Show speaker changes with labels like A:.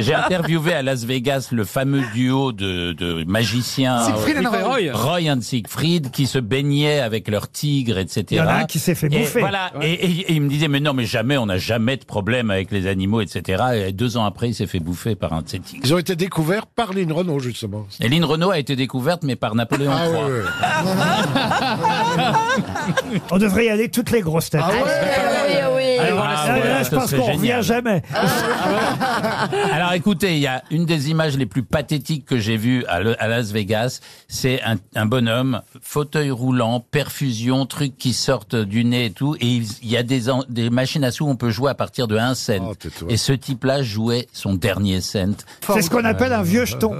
A: J'ai interviewé à Las Vegas le fameux duo de, de magiciens
B: Siegfried and
C: Nicolas
B: Roy.
C: Roy.
A: Roy and Siegfried qui se baignaient avec leurs tigres, etc.
D: Il y en a un qui s'est fait
A: Et
D: bouffer.
A: voilà, et, et- et il me disait mais non mais jamais on n'a jamais de problème avec les animaux, etc. Et deux ans après il s'est fait bouffer par un de ces tigres.
E: Ils ont été découverts par Lynn Renault, justement.
A: Hélène Renault a été découverte mais par Napoléon
E: Ah
A: III.
E: ouais, ouais.
D: On devrait y aller toutes les grosses têtes.
F: oui, oui.
A: Alors,
D: Là,
A: ah ouais,
D: là,
A: ce
D: je pense
A: serait
D: qu'on
A: génial.
D: revient jamais.
A: Alors écoutez, il y a une des images les plus pathétiques que j'ai vues à, Le- à Las Vegas. C'est un, un bonhomme, fauteuil roulant, perfusion, trucs qui sortent du nez et tout. Et il il y a des, en- des machines à sous, on peut jouer à partir de un cent.
E: Oh, tais-toi.
A: et ce type-là jouait son dernier cent.
D: C'est ce qu'on appelle un vieux jeton.